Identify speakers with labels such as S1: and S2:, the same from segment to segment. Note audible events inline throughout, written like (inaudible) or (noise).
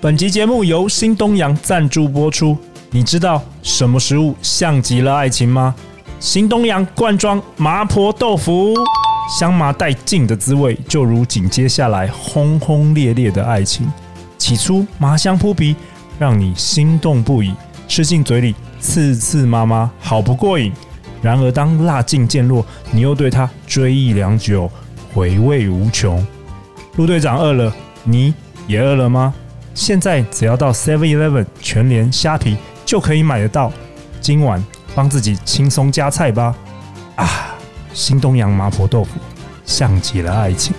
S1: 本集节目由新东阳赞助播出。你知道什么食物像极了爱情吗？新东阳罐装麻婆豆腐，香麻带劲的滋味，就如紧接下来轰轰烈烈的爱情。起初麻香扑鼻，让你心动不已，吃进嘴里刺刺麻麻，好不过瘾。然而当辣劲渐落，你又对它追忆良久，回味无穷。陆队长饿了，你也饿了吗？现在只要到 Seven Eleven 全联虾皮就可以买得到。今晚帮自己轻松加菜吧！啊，新东阳麻婆豆腐，像极了爱情。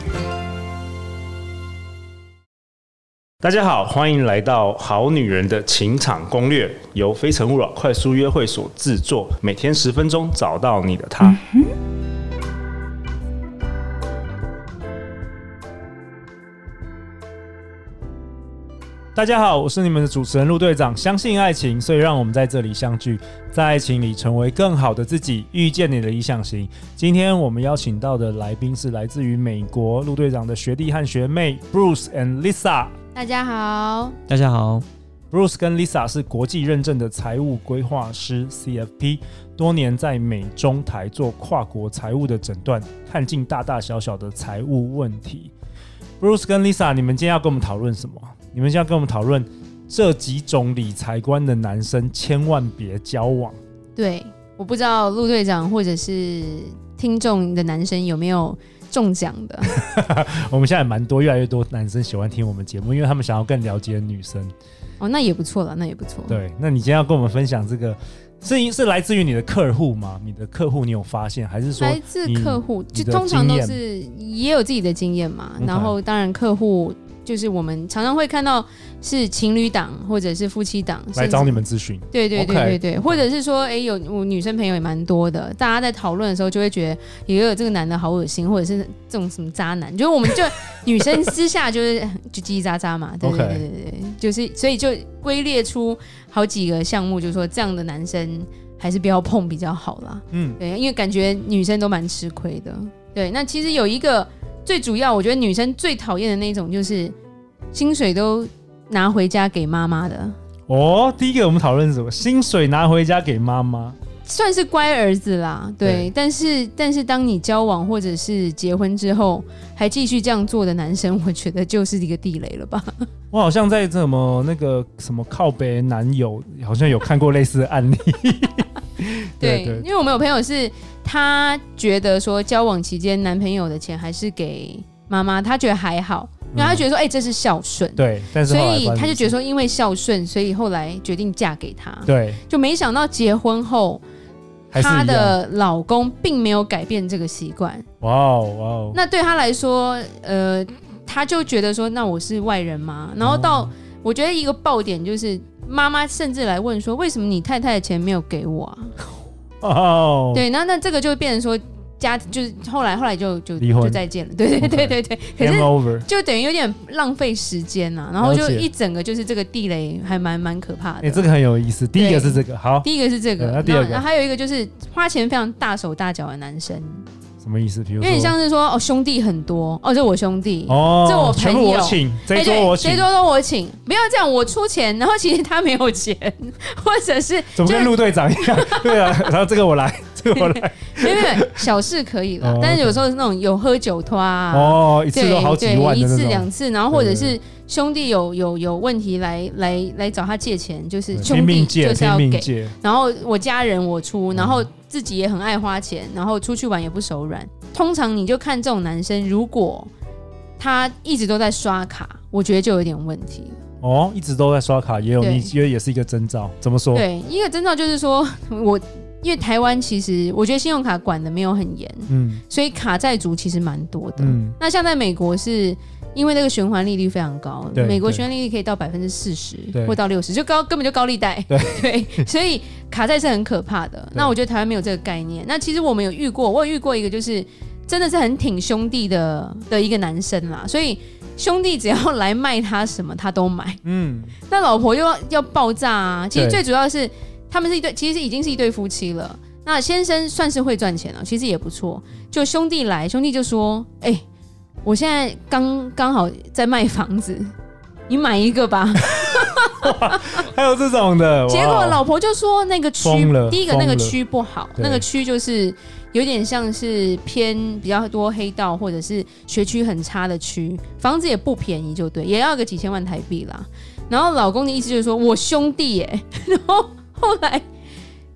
S1: 大家好，欢迎来到《好女人的情场攻略》，由非诚勿扰快速约会所制作，每天十分钟，找到你的他。大家好，我是你们的主持人陆队长。相信爱情，所以让我们在这里相聚，在爱情里成为更好的自己，遇见你的理想型。今天我们邀请到的来宾是来自于美国陆队长的学弟和学妹 Bruce and Lisa。
S2: 大家好，
S3: 大家好，
S1: Bruce 跟 Lisa 是国际认证的财务规划师 （CFP），多年在美中台做跨国财务的诊断，看尽大大小小的财务问题。Bruce 跟 Lisa，你们今天要跟我们讨论什么？你们今天要跟我们讨论这几种理财观的男生千万别交往。
S2: 对，我不知道陆队长或者是听众的男生有没有中奖
S1: (laughs)
S2: 的，
S1: 我们现在蛮多，越来越多男生喜欢听我们节目，因为他们想要更了解女生。
S2: 哦，那也不错了，那也不错。，
S1: 对，那你今天要跟我们分享这个，是是来自于你的客户吗？你的客户你有发现，还是说
S2: 来自客户
S1: 你的
S2: 就
S1: 嗯
S2: 通常
S1: 经
S2: 都
S1: 验
S2: 是也有自己的经验嘛，
S1: OK
S2: 然后当然客户就是我们常常会看到是情侣档或者是夫妻档
S1: 来
S2: 甚
S1: 找
S2: 至
S1: 你们咨询？
S2: 对对
S1: OK 嗯
S2: 对对对，或者是说，哎，有我女生朋友也蛮多的，大家在讨论的时候就会觉得，也有这个男的好恶心，或者是这种什么渣男，就是我
S1: (laughs)
S2: 们就女生私下就是就 (laughs) 叽叽喳喳嘛，对对
S1: OK
S2: 对对对，就是所以就归列出好几个项目，就说这样的男生还是不要碰比较好啦，
S1: 嗯，
S2: 对，因为感觉女生都蛮吃亏的，对，那其实有一个最主要，我觉得女生最讨厌的那种就是薪水都拿回家给妈妈的。
S1: 哦，第一个我们讨论是什么？薪水拿回家给妈妈。
S2: 算是乖儿子啦，对。
S1: 对
S2: 但是，但是当你交往或者是结婚之后，还继续这样做的男生，我觉得就是一个地
S1: (laughs)
S2: 雷了吧？
S1: 我好像在什么那个什么靠北男友，好像有看过类似的案
S2: (laughs)
S1: 例。对
S2: 因为我们有朋友是，她觉得说交往期间男朋友的钱还是给妈妈，她觉得还好，因为她觉得说，哎、这是孝顺。
S1: 嗯对，但是
S2: 所
S1: 后来
S2: 以
S1: 发现
S2: 她就觉得
S1: 不
S2: 说，因为孝顺，所以后来决定嫁给他
S1: 是，。对，
S2: 就没想到结婚后，
S1: 还是
S2: 她
S1: 一样。
S2: 的老公并没有改变这个习惯，
S1: 哇哦哇哦，
S2: 那对他来说，呃，他就觉得说，那我是外人吗？然后到、
S1: 哦
S2: 我觉得一个爆点就是，妈妈甚至来问说，为什么你太太的钱没有给我啊？
S1: 哦，
S2: 对，那那这个就变成说家就是后来后来就就
S1: 离婚
S2: 就再见了，对对对对对。可
S1: ，game
S2: 是
S1: over。
S2: 就等于有点浪费时间呐、然后
S1: 了
S2: 就
S1: 解
S2: 一整个就是这个地雷还蛮蛮可怕的。
S1: 哎，这个很有意思。第一个是这个，好，
S2: 第一个是这个，
S1: 对那
S2: 然
S1: 第二
S2: 后
S1: 个
S2: 然后还有一个就是花钱非常大手大脚的男生，
S1: 什么意思？比如
S2: 有
S1: 说，
S2: 点像是说哦兄弟很多哦，这我兄弟
S1: 哦，
S2: 这我朋友
S1: 全部我请，这
S2: 哎，
S1: 一
S2: 对，
S1: 桌我请
S2: 这一，桌都我请，不要这样，我出钱，然后其实他没有钱，或
S1: (laughs)
S2: 者是
S1: 怎么
S2: 就
S1: 跟
S2: 是
S1: 陆队长一
S2: (laughs)
S1: 样？对啊，然后这个我来，这个我来。
S2: 没有没有小事可以了
S1: 哦，
S2: 但是有时候是那种有喝酒拖 (laughs) 啊，
S1: 哦，一
S2: 对
S1: 次都好几万
S2: 对一
S1: 的那
S2: 次
S1: 种。
S2: 两次，然后或者
S1: 对
S2: 是兄弟有有有问题来来来找他借钱，就是
S1: 对拼
S2: 兄弟
S1: 命借，
S2: 就是
S1: 拼
S2: 要
S1: 命嗯
S2: 给，
S1: 借，
S2: 然后我家人我出，然后自己也很爱花钱，然后出去玩也不手软。通常你就看这种男生，如果他一直都在刷卡，我觉得就有点问题了。
S1: 哦，一直都在刷卡，也有
S2: 对
S1: 你觉得也是一个征兆。怎么说？
S2: 对，一个征兆就是说， (laughs) 我因为台湾其实我觉得信用卡管的没有很严，
S1: 嗯
S2: 所以卡债族其实蛮多的。
S1: 嗯，
S2: 那像在美国是。因为那个循环利率非常高
S1: 对，
S2: 美国
S1: 对
S2: 循环利率可以到百分之四十
S1: 对
S2: 或到六十，就高根本就高利贷， (laughs)
S1: 对
S2: 所以卡债是很可怕的。那我觉得台湾没有这个概念。那其实我们有遇过，我有遇过一个就是真的是很挺兄弟的的一个男生啦，所以兄弟只要来卖他什么他都买，
S1: 嗯，
S2: 那老婆又要要爆炸啊！其实
S1: 对
S2: 最主要是他们是一对，其实已经是一对夫妻了。那先生算是会赚钱了，其实也不错。就兄弟来，兄弟就说：“哎、我现在刚刚好在卖房子，你买一个吧。”
S1: 还有这种的，
S2: 结
S1: 哇
S2: 果老婆就说那个区
S1: 疯了，
S2: 第一个那个
S1: 疯了
S2: 区不好，
S1: 对
S2: 那个区就是有点像是偏比较多黑道或者是学区很差的区，房子也不便宜，就对，也要个几千万台币啦。然后老公的意思就是说我兄弟耶， (laughs) 然后后来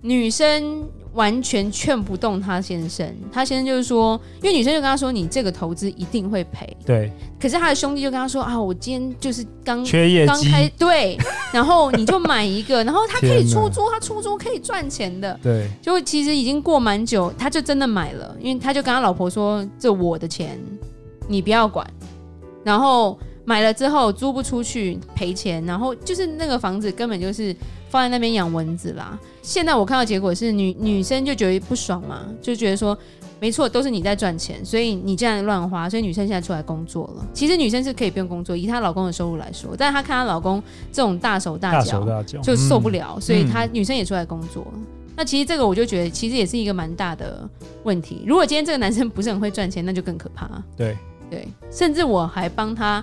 S2: 女生完全劝不动她先生，她先生就是说，因为女生就跟他说你这个投资一定会赔，
S1: 对，
S2: 可是他的兄弟就跟他说啊，我今天就是刚
S1: 缺业
S2: 刚
S1: 绩，
S2: 开对，然后你就买一个，然后他可以
S1: 天哪
S2: 出租，他出租可以赚钱的。
S1: 对，
S2: 就其实已经过蛮久，他就真的买了，因为他就跟他老婆说：“这我的钱，你不要管。”然后买了之后租不出去赔钱，然后就是那个房子根本就是放在那边养蚊子啦。现在我看到结果是女女生就觉得不爽嘛，就觉得说。没错，都是你在赚钱，所以你这样乱花，所以女生现在出来工作了。其实女生是可以不用工作，以她老公的收入来说，但是她看她老公这种大手大
S1: 大
S2: 脚，
S1: 手大脚，
S2: 就受不
S1: 了。
S2: 了，所以她
S1: 嗯
S2: 女生也出来工作。那其实这个我就觉得，其实也是一个蛮大的问题。如果今天这个男生不是很会赚钱，那就更可怕。
S1: 嗯对，
S2: 对，甚至我还帮他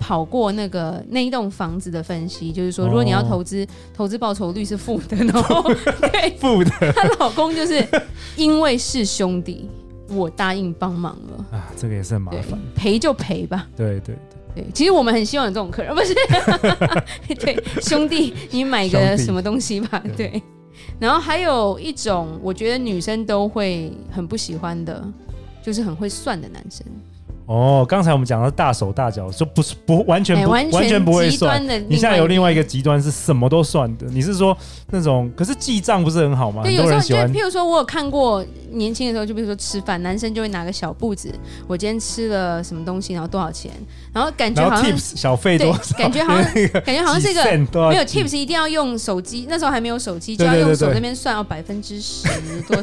S2: 跑过那个那一栋房子的分析，就是说，如果你要
S1: 哦
S2: 投资，投资报酬率是负的，然
S1: (laughs)
S2: 后对
S1: 负的
S2: 她老公就是因为是兄弟，我答应帮忙了，
S1: 啊，这个也是很麻
S2: 对
S1: 烦。，
S2: 赔就赔吧。
S1: 对对
S2: 对，其实我们很希望有这种客人，不 (laughs) 是？对，兄弟，你买个
S1: 兄弟
S2: 什么东西吧？
S1: 对
S2: 对。然后还有一种，我觉得女生都会很不喜欢的，就是很会算的男生，
S1: 哦，刚才我们讲到大手大脚，就不是不完全
S2: 哎
S1: 不、
S2: 完
S1: 全不会
S2: 极
S1: 算。
S2: 端的。
S1: 你现在有另外一个极端是什么都算的？你是说那种？可是记账不是很好吗？啊
S2: 对，
S1: 很多
S2: 有时候
S1: 人
S2: 就
S1: 喜欢
S2: 譬如说，我有看过年轻的时候，就比如说吃饭，男生就会拿个小簿子，我今天吃了什么东西，然后多少钱，然后感觉
S1: 然
S2: 好
S1: 后
S2: 像
S1: tips 小费
S2: 对
S1: 多少？
S2: 感觉好像
S1: 那个
S2: 感觉好像是一个
S1: 几 cent 都要
S2: 没有
S1: 记
S2: tips 一定要用手机，那时候还没有手机，就
S1: 对
S2: 要
S1: 哦嗯对
S2: 用
S1: 对
S2: 手
S1: 对
S2: 那边算哦，百分之十 多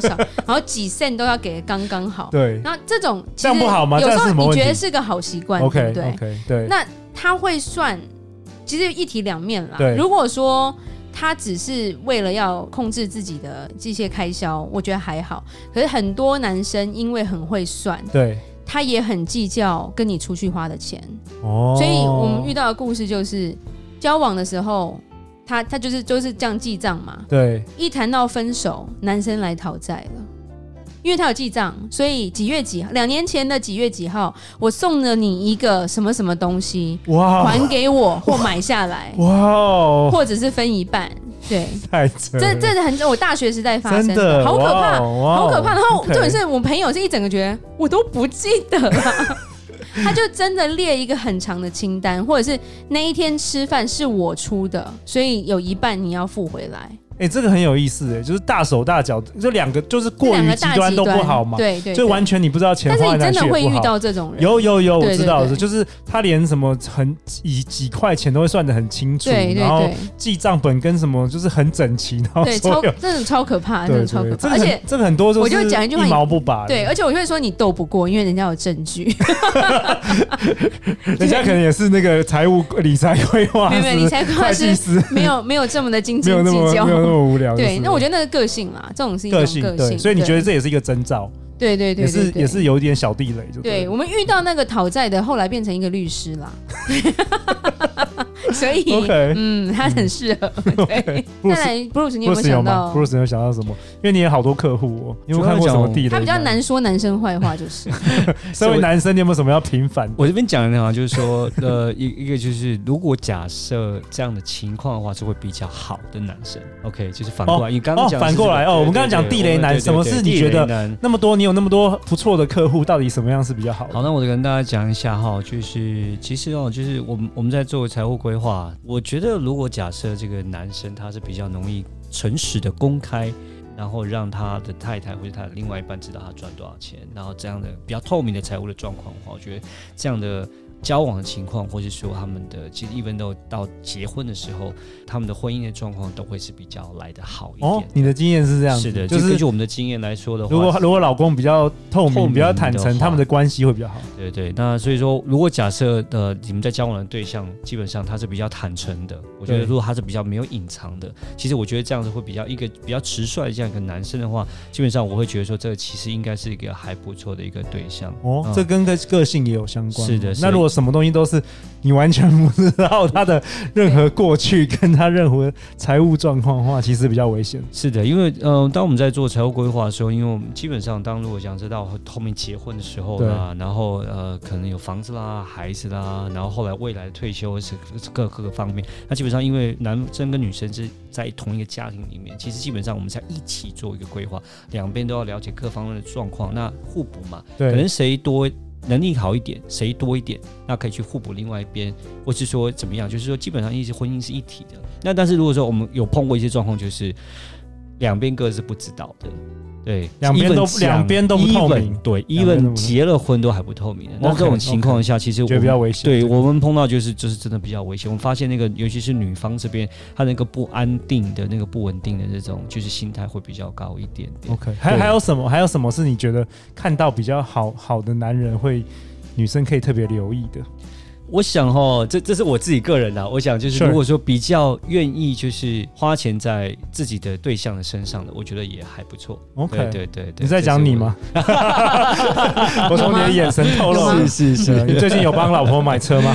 S1: (laughs)
S2: 少，然后几 cent 都要给刚刚好。
S1: 对
S2: 那这种其
S1: 这样
S2: 实
S1: 不好吗
S2: 有时
S1: 这样
S2: 候
S1: 是什么
S2: 你
S1: 问题
S2: 觉得是个好习惯，对
S1: ，OK
S2: 不对？
S1: OK 对
S2: 那他会算，其实一体两面啦
S1: 对。
S2: 如果说他只是为了要控制自己的这些开销，我觉得还好。可是很多男生因为很会算，
S1: 对
S2: 他也很计较跟你出去花的钱。
S1: 哦，
S2: 所以我们遇到的故事就是，交往的时候，他他就是就是这样记账嘛。
S1: 对
S2: 一谈到分手，男生来讨债了，因为他有记账，所以几月几两年前的几月几号，我送了你一个什么什么东西，
S1: 哇
S2: 还给我或买下来，
S1: 哦哇哦，
S2: 或者是分一半。对，
S1: 太扯了，
S2: 这这是很我大学时代发生
S1: 真的哦
S2: 好可怕。好
S1: 好
S2: 可怕！然后重
S1: 对
S2: 点是我朋友是一整个觉得我都不记得了， (laughs) 他就真的列一个很长的清单，或者是那一天吃饭是我出的，所以有一半你要付回来。
S1: 哎、这个很有意思哎，就是大手大脚，这两个就是过
S2: 这两
S1: 于
S2: 个
S1: 极
S2: 大
S1: 端都不好嘛，
S2: 对对
S1: 就
S2: 对
S1: 完全你不知道钱
S2: 但是
S1: 花
S2: 你
S1: 在哪
S2: 真的
S1: 去
S2: 会
S1: 也不
S2: 遇
S1: 好。
S2: 到这种人，
S1: 有有有，我
S2: 对
S1: 知道
S2: 对
S1: 的，
S2: 对
S1: 就是他连什么很几几块钱都会算得很清楚，
S2: 对对
S1: 然后
S2: 对
S1: 记账本跟什么就是很整齐，然后 (laughs)
S2: 对，
S1: 所
S2: 超
S1: 有
S2: 这种超可怕，这
S1: 对
S2: 种超
S1: 对，
S2: 可
S1: 这
S2: 怕，
S1: 个
S2: 而且
S1: 很。这个很多就
S2: 我就是讲一句话
S1: 一毛不拔的，
S2: 对，而且我就会说你斗不过，因为人家有证
S1: (laughs)
S2: 据。
S1: 人家可能也是那个财务理财规划
S2: (laughs)
S1: 师，
S2: 没有没有，你才
S1: (laughs)
S2: 夸
S1: 会
S2: 是
S1: 计师，
S2: 没有没有这么的斤
S1: 没
S2: 斤
S1: 有那么
S2: 计较
S1: 没。有那么无聊，
S2: 对，那我
S1: 觉
S2: 觉得那个个性啦，这种是一种
S1: 个
S2: 个
S1: 性
S2: 性。
S1: 对，所以你
S2: 对
S1: 觉得这也是一个征兆，
S2: 对对对，
S1: 也是
S2: 对对
S1: 也是有一点小地雷，就
S2: 对我们遇到那个讨债的，后来变成一个律师
S1: (laughs)
S2: 啦，所以
S1: OK
S2: 嗯，他很适合。对，
S1: 布鲁斯
S2: 再来，Bruce，你有没有
S1: Bruce 有
S2: 想
S1: 吗
S2: 到？
S1: ？Bruce 有想到什么？因为你也好多客户哦，你有没有看过什么地雷？
S2: 他比较。难说男生坏
S1: (laughs)
S2: 话，就是
S1: 身为男生，你有没有什么要平反？
S3: 我这边讲的呢，就是说， (laughs) 呃，一一个就是，如果假设这样的情况的话，是会比较好的男生。OK，就是反过来，你刚刚
S1: 哦
S3: 讲的
S1: 反
S3: 是
S1: 过
S3: 这个
S1: 来哦
S3: 对
S1: 我们刚刚讲
S3: 对对
S1: 地雷男
S3: 对对
S1: 什么
S3: 对
S1: 是
S3: 地
S1: 你觉得
S3: 雷男
S1: 那么多，你有那么多不错的客户，到底什么样是比较好的？
S3: 好，那我就跟大家讲一下哈，就是其实哦，就是我们我们在做财务规划，我觉得如果假设这个男生他是比较容易诚实的公开，然后让他的太太或者他的另外一半知道他赚多少钱，然后这样的比较透明的财务的状况的话，我觉得这样的。交往的情况，或是说他们的，其实 even though 到结婚的时候，他们的婚姻的状况都会是比较来的好一点。
S1: 哦，你的经验是这样子，
S3: 是的，
S1: 就
S3: 就是根据我们的经验来说的话，
S1: 如果如果老公比较透
S3: 透
S1: 明、
S3: 明
S1: 比较坦诚，
S3: 的话
S1: 他们的关系会比较好。
S3: 对对，那所以说，如果假设呃你们在交往的对象基本上他是比较坦诚的，我觉得
S1: 对
S3: 如果他是比较没有隐藏的，其实我觉得这样子会比较一个比较直率的这样一个男生的话，基本上我会觉得说这个其实应该是一个还不错的一个对象。
S1: 哦，
S3: 嗯
S1: 这跟个个性也有相关。
S3: 是的是的
S1: 那如果什么东西都是你完全不知道他的任何过去跟他任何财务状况的话，其实比较危险。
S3: 是的，因为呃，当我们在做财务规划的时候，因为我们基本上，当如果讲知道后面结婚的时候
S1: 对
S3: 啦，然后呃，可能有房子啦、孩子啦，然后后来未来退休是是各各个方面，那基本上因为男生跟女生是在同一个家庭里面，其实基本上我们在一起做一个规划，两边都要了解各方面的状况，那互补嘛，可能
S1: 对，
S3: 谁多能力好一点，谁多一点，那可以去互补另外一边，或是说怎么样，就是说基本上一些婚姻是一体的。那但是如果说我们有碰过一些状况，就是两边各自不知道的。对，
S1: 两边都
S3: even
S1: 两边都不透明
S3: even 对
S1: 两边都不
S3: ，even
S1: 透明
S3: 结了婚都还不透明的。那这种
S1: OK，OK
S3: 情况下，其实我
S1: 觉得比
S3: 们
S1: 较危险。
S3: 对我们碰到就是就是真的比较危险。我们发现那个，尤其是女方这边，她那个不安定的那个不稳定的这种，就是心态会比较高一点点。
S1: ，OK，还
S3: 对
S1: 还有什么？还有什么是你觉得看到比较好好的男人会女生可以特别留意的？
S3: 我想哈，这这是我自己个人啦。啊我想就是，
S1: Sure
S3: 如果说比较愿意就是花钱在自己的对象的身上的，我觉得也还不错。
S1: OK
S3: 对对对对，
S1: 你在讲你吗？ (laughs) 我从你的眼神透
S3: 这
S1: 露
S3: 是我？
S2: 有吗
S3: 是是是， (laughs)
S1: 呃你最近有帮老婆买车吗？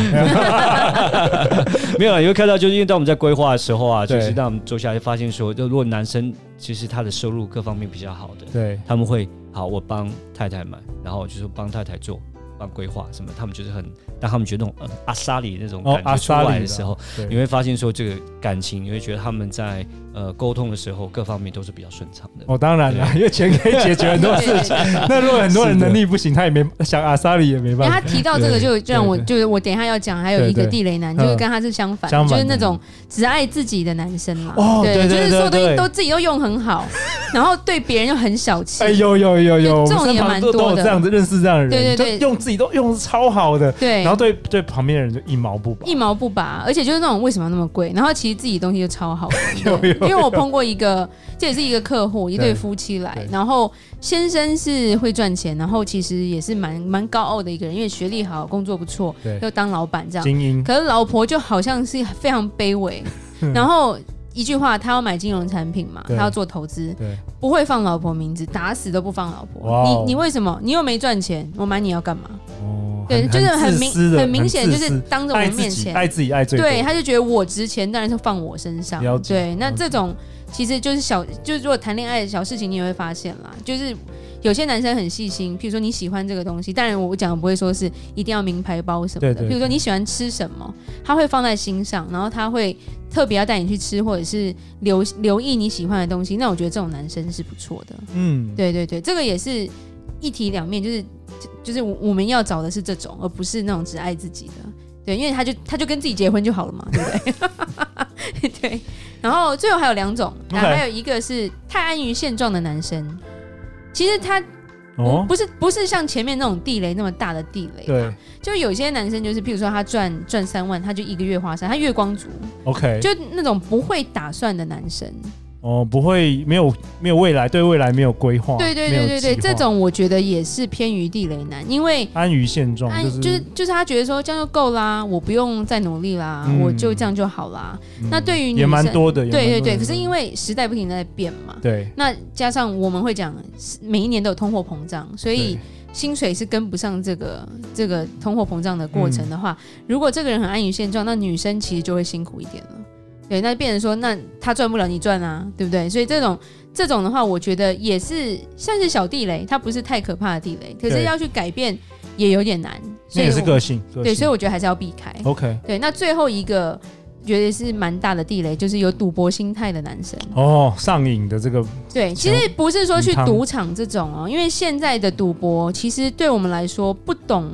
S3: 没有啦，你会看到，就是因为当我们在规划的时候啊，
S1: 对
S3: 就是当我们坐下来发现说，就如果男生其实他的收入各方面比较好的，
S1: 对，
S3: 他们会好，我帮太太买，然后我就是帮太太做。帮规划什么，他们就是很，当他们觉得那种、呃、阿莎里那种
S1: 哦
S3: 感
S1: 阿
S3: 觉出
S1: 莎
S3: 来
S1: 里
S3: 的
S1: 啦
S3: 时候，
S1: 对
S3: 你会发现说这个感情，你会觉得他们在呃沟通的时候各方面都是比较顺畅的。
S1: 哦，当然了，因为钱可以解决很多事情。
S2: 情。
S1: 那如果很多人能力不行，他也没像阿莎里也没
S2: 因为
S1: 办
S2: 他
S1: 法。
S2: 提到这个，就就让我就是我等一下要讲，还有一个地雷男，
S1: 嗯
S2: 就是跟他是相反，就是那种只爱自己的男生啦。
S1: 哦
S2: 对，就是所有东西都自己都用很好，然后对别人又很小气
S1: 哎。有有有有，我
S2: 就这
S1: 们
S2: 种
S1: 身
S2: 也
S1: 旁
S2: 蛮
S1: 都都
S2: 多
S1: 有
S2: 的
S1: 这样子认识这样的人，
S2: 对对对
S1: 就用自己都用得超好的，
S2: 对
S1: 然，后对对旁边的人就一毛不拔
S2: 一。毛不拔，而且就是那种为什么那么贵，然后其实自己东西就超好
S1: 有
S2: 对
S1: 有
S2: 因为我碰过一个，这也是一个客户，一对
S1: 对
S2: 夫妻来
S1: 对，
S2: 然后先生是会赚钱，然后其实也是蛮蛮高傲的一个人，因为学历好，工作不错，
S1: 对，
S2: 又当老板这样。
S1: 精英
S2: 可是老婆就好像是非常卑
S1: (laughs)
S2: 微，然后一句话，他要买金融产品嘛，他
S1: 嗯对
S2: 要做投资，
S1: 对，
S2: 不会放老婆名字，打死都不放老
S1: 哇
S2: 婆。
S1: 哦
S2: 你你为什么？你又没赚钱，我买你要干嘛？
S1: 哦
S2: 对，就是很明很明显，就是当着我
S1: 爱
S2: 们
S1: 自
S2: 面
S1: 己，
S2: 前，
S1: 爱自己爱最多。
S2: 对，他就觉得我值钱，当然是放我身上
S1: 了。解
S2: 对，那
S1: 了解
S2: 这种其实就是小，就是如果谈恋爱的小事情，你也会发现啦，就是。有些男生很细心，譬如说你喜欢这个东西，当然我讲的不会说是一定要名牌包什么的。
S1: 对对
S2: 譬如
S1: 对
S2: 说你喜欢吃什么，他会放在心上，然后他会特别要带你去吃，或者是留留意你喜欢的东西。那我觉得这种男生是不错的。
S1: 嗯，
S2: 对对对，这个也是一体两面，就是就是我我们要找的是这种，而不是那种只爱自己的。对，因为他就他就跟自己结婚就好了嘛，对不对？ (laughs) 对。然后最后还有两种，然
S1: OK
S2: 还有一个是太安于现状的男生。其实他
S1: 哦，
S2: 不是不是像前面那种地雷那么大的地雷，
S1: 对
S2: 就有些男生就是，譬如说他赚赚三万，他就一个月花三，他月光族，
S1: ，OK，
S2: 就那种不会打算的男生。
S1: 哦，不会没有没有未来，对未来没有规划，
S2: 对对
S1: 没有
S2: 对对对，
S1: 计划
S2: 这种我觉得也是偏于地雷男，因为
S1: 安于现状
S2: 哎，
S1: 就是
S2: 就是就是他觉得说这样就够啦，我不用再努力啦，
S1: 嗯
S2: 我就这样就好啦。那对于女
S1: 也蛮
S2: 生
S1: 多的，也蛮
S2: 对对
S1: 多
S2: 对，
S1: 的
S2: 可是因为时代不停地在变嘛，
S1: 对，
S2: 那加上我们会讲每一年都有通货膨胀，所以
S1: 对
S2: 薪水是跟不上这个这个通货膨胀的过程的话，
S1: 嗯
S2: 如果这个人很安于现状，那女生其实就会辛苦一点了。对，那变成说，那他赚不了，你赚啊，对不对？所以这种这种的话，我觉得也是算是小地雷，它不是太可怕的地雷，可是
S1: 对
S2: 要去改变也有点难。
S1: 那
S2: 所以
S1: 也是
S2: 我
S1: 个性，个性
S2: 对，所以我觉得还是要避开。
S1: OK，
S2: 对，那最后一个觉得是蛮大的地雷，就是有赌博心态的男生。
S1: 哦，上瘾的这个
S2: 对，其实不是说去赌场这种
S1: 嗯
S2: 哦，因为现在的赌博其实对我们来说不懂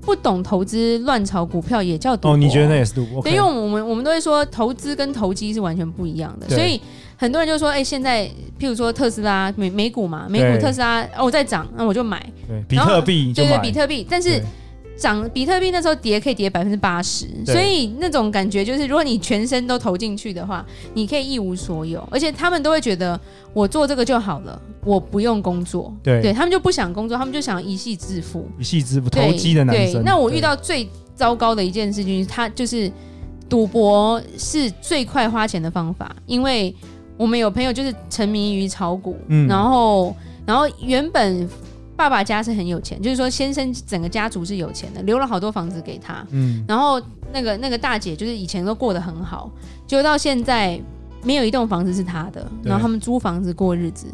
S2: 不懂投资乱炒股票也叫赌博。啊
S1: 哦，你觉得那也是赌博？
S2: 对，因为我们我们都会说投资跟投机是完全不一样的，
S1: 对
S2: 所以很多人就说，哎、现在譬如说特斯拉美美股嘛，美
S1: 对
S2: 股特斯拉哦在涨，那我就买，
S1: 对比特币就
S2: 对对，
S1: 买，
S2: 比特币，但是
S1: 对
S2: 涨比特币那时候跌可以跌百分之八十，
S1: 对
S2: 所以那种感觉就是，如果你全身都投进去的话，你可以一无所有，而且他们都会觉得我做这个就好了，我不用工作，
S1: 对
S2: 他们就不想工作，他们就想一夕致富，
S1: 一夕之不
S2: 对
S1: 投机的男
S2: 对
S1: 生。
S2: 那我遇
S1: 对
S2: 到最糟糕的一件事情，他就是赌博是最快花钱的方法，因为我们有朋友就是沉迷于炒股，
S1: 嗯
S2: 然后然后原本爸爸家是很有钱，就是说先生整个家族是有钱的，留了好多房子给他。
S1: 嗯，
S2: 然后那个那个大姐就是以前都过得很好，就到现在没有一栋房子是她的，
S1: 对
S2: 然后他们租房子过日子，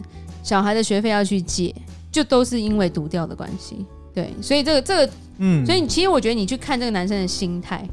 S2: 小孩的学费要去借，就都是因为赌掉的关系。对，所以这个这个，
S1: 嗯，
S2: 所以其实我觉得你去看这个男生的心态，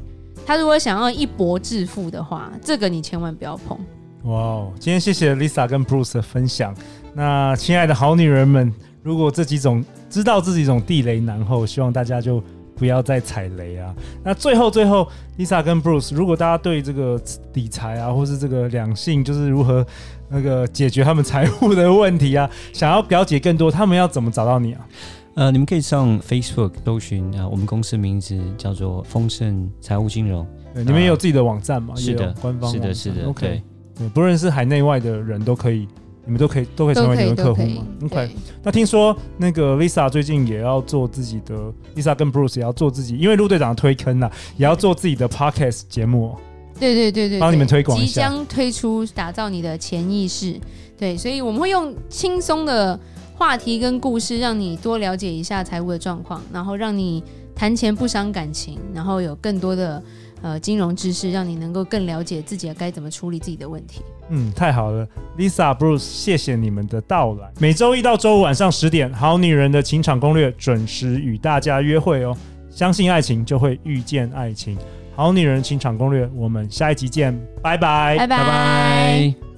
S2: 他如果想要一搏致富的话，这个你千万不要碰。
S1: 哇哦，今天谢谢 Lisa 跟 Bruce 的分享。那亲爱的好女人们，如果这几种知道这几种地雷难后，希望大家就不要再踩雷啊。那最后最后，Lisa 跟 Bruce，如果大家对这个理财啊，或是这个两性就是如何那个解决他们财务的问题啊，想要了解更多，他们要怎么找到你啊？
S3: 呃，你们可以上 Facebook 搜寻啊、呃我们公司名字叫做丰盛财务金融。
S1: 对，你们也有自己的网站嘛？
S3: 啊是
S1: 也有
S3: 的，
S1: 官方
S3: 是
S1: 网站
S3: 的，是的。
S1: OK，
S3: 对
S1: 对不论是海内外的人都可以，你们都可以都可以成为你们的客户嘛？OK，
S2: 对
S1: 那听说那个 Lisa 最近也要做自己的，Lisa 跟 Bruce 也要做自己，因为陆队长推坑了、也要做自己的 Podcast 节目哦、
S2: 对对对对，
S1: 帮你们推广一
S2: 即
S1: 下
S2: 将推出打造你的潜意识，对，所以我们会用轻松的话题跟故事，让你多了解一下财务的状况，然后让你谈钱不伤感情，然后有更多的呃金融知识，让你能够更了解自己该怎么处理自己的问题。
S1: 嗯，太好了，Lisa、Bruce，谢谢你们的到来。每周一到周五晚上十点，《好女人的情场攻略》准时与大家约会哦。相信爱情，就会遇见爱情。《好女人情场攻略》，我们下一集见，拜拜
S2: 拜拜
S3: 拜拜